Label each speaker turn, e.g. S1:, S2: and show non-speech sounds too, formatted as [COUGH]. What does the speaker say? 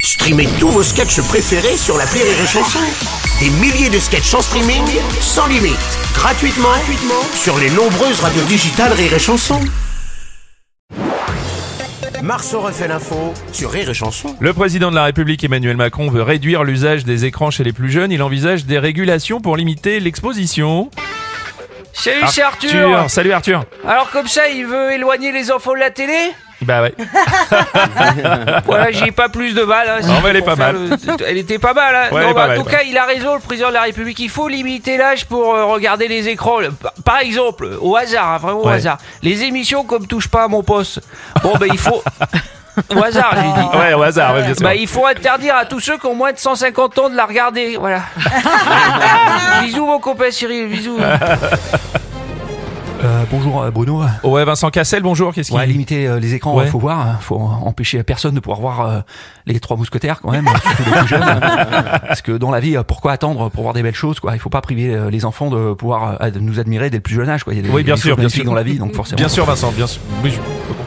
S1: Streamez tous vos sketchs préférés sur la Rire et Chanson. Des milliers de sketchs en streaming, sans limite, gratuitement, gratuitement sur les nombreuses radios digitales Rire et Chanson. Marceau refait l'info sur Rire et Chanson.
S2: Le président de la République Emmanuel Macron veut réduire l'usage des écrans chez les plus jeunes. Il envisage des régulations pour limiter l'exposition.
S3: Salut, c'est Arthur.
S2: Salut Arthur.
S3: Alors comme ça, il veut éloigner les enfants de la télé
S2: Bah
S3: [LAUGHS]
S2: ouais.
S3: Voilà, j'ai pas plus de balles. hein,
S2: Non, mais elle est
S3: pour
S2: pas
S3: faire
S2: mal.
S3: le- Elle était pas mal. hein.
S2: Ouais, elle
S3: Non,
S2: est pas
S3: bah,
S2: mal,
S3: en tout
S2: ouais.
S3: cas, il a raison, le président de la République. Il faut limiter l'âge pour euh, regarder les écrans. Par- Par exemple, au hasard, hein, vraiment au
S2: Ouais.
S3: hasard. Les émissions comme touche pas à mon poste. Bon, ben il
S2: [LAUGHS]
S3: faut... au hasard, j'ai dit.
S2: Ouais, au hasard, ouais, bien sûr.
S3: Bah, il faut interdire à tous ceux qui ont moins de 150 ans de la regarder.
S2: [LAUGHS]
S3: Voilà. bisous, mon copain Cyril, bisous.
S4: Euh, bonjour euh, Bruno.
S2: Ouais, Vincent Cassel, bonjour. Qu'est-ce qu'il
S4: Ouais, limiter euh, les écrans,
S2: Ouais.
S4: faut voir, hein, faut empêcher personne de pouvoir voir euh, les trois mousquetaires quand même, hein, surtout les plus jeunes.
S2: [LAUGHS]
S4: Parce que dans la vie, euh, pourquoi attendre pour voir des belles choses quoi Il faut pas priver euh, les enfants de pouvoir euh, ad- nous admirer dès le plus jeune âge quoi. Il y a des,
S2: Oui, bien
S4: des
S2: sûr,
S4: choses
S2: bien
S4: magnifiques
S2: sûr.
S4: dans la vie, donc forcément.
S2: Bien sûr, Vincent, bien sûr. Oui, je peux